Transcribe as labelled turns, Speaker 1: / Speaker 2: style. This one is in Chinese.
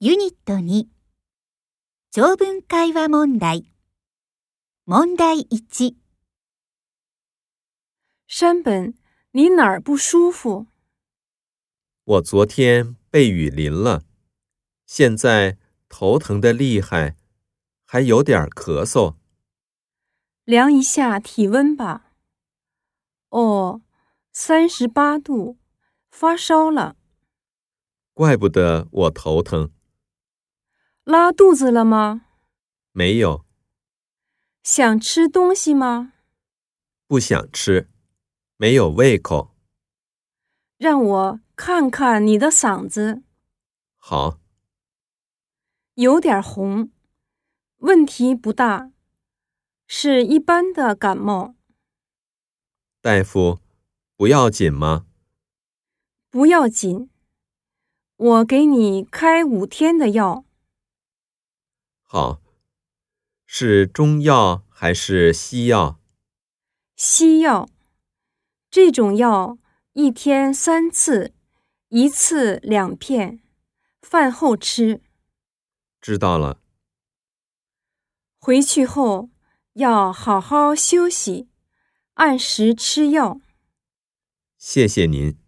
Speaker 1: ユニット2長文会話問題問題1
Speaker 2: 山本，你哪儿不舒服？
Speaker 3: 我昨天被雨淋了，现在头疼的厉害，还有点儿咳嗽。
Speaker 2: 量一下体温吧。哦，三十八度，发烧了，
Speaker 3: 怪不得我头疼。
Speaker 2: 拉肚子了吗？
Speaker 3: 没有，
Speaker 2: 想吃东西吗？
Speaker 3: 不想吃，没有胃口。
Speaker 2: 让我看看你的嗓子，
Speaker 3: 好，
Speaker 2: 有点红，问题不大，是一般的感冒，
Speaker 3: 大夫，不要紧吗？
Speaker 2: 不要紧。我给你开五天的药，
Speaker 3: 好，是中药还是西药？
Speaker 2: 西药。这种药一天三次，一次两片，饭后吃。
Speaker 3: 知道了，
Speaker 2: 回去后要好好休息，按时吃药。
Speaker 3: 谢谢您。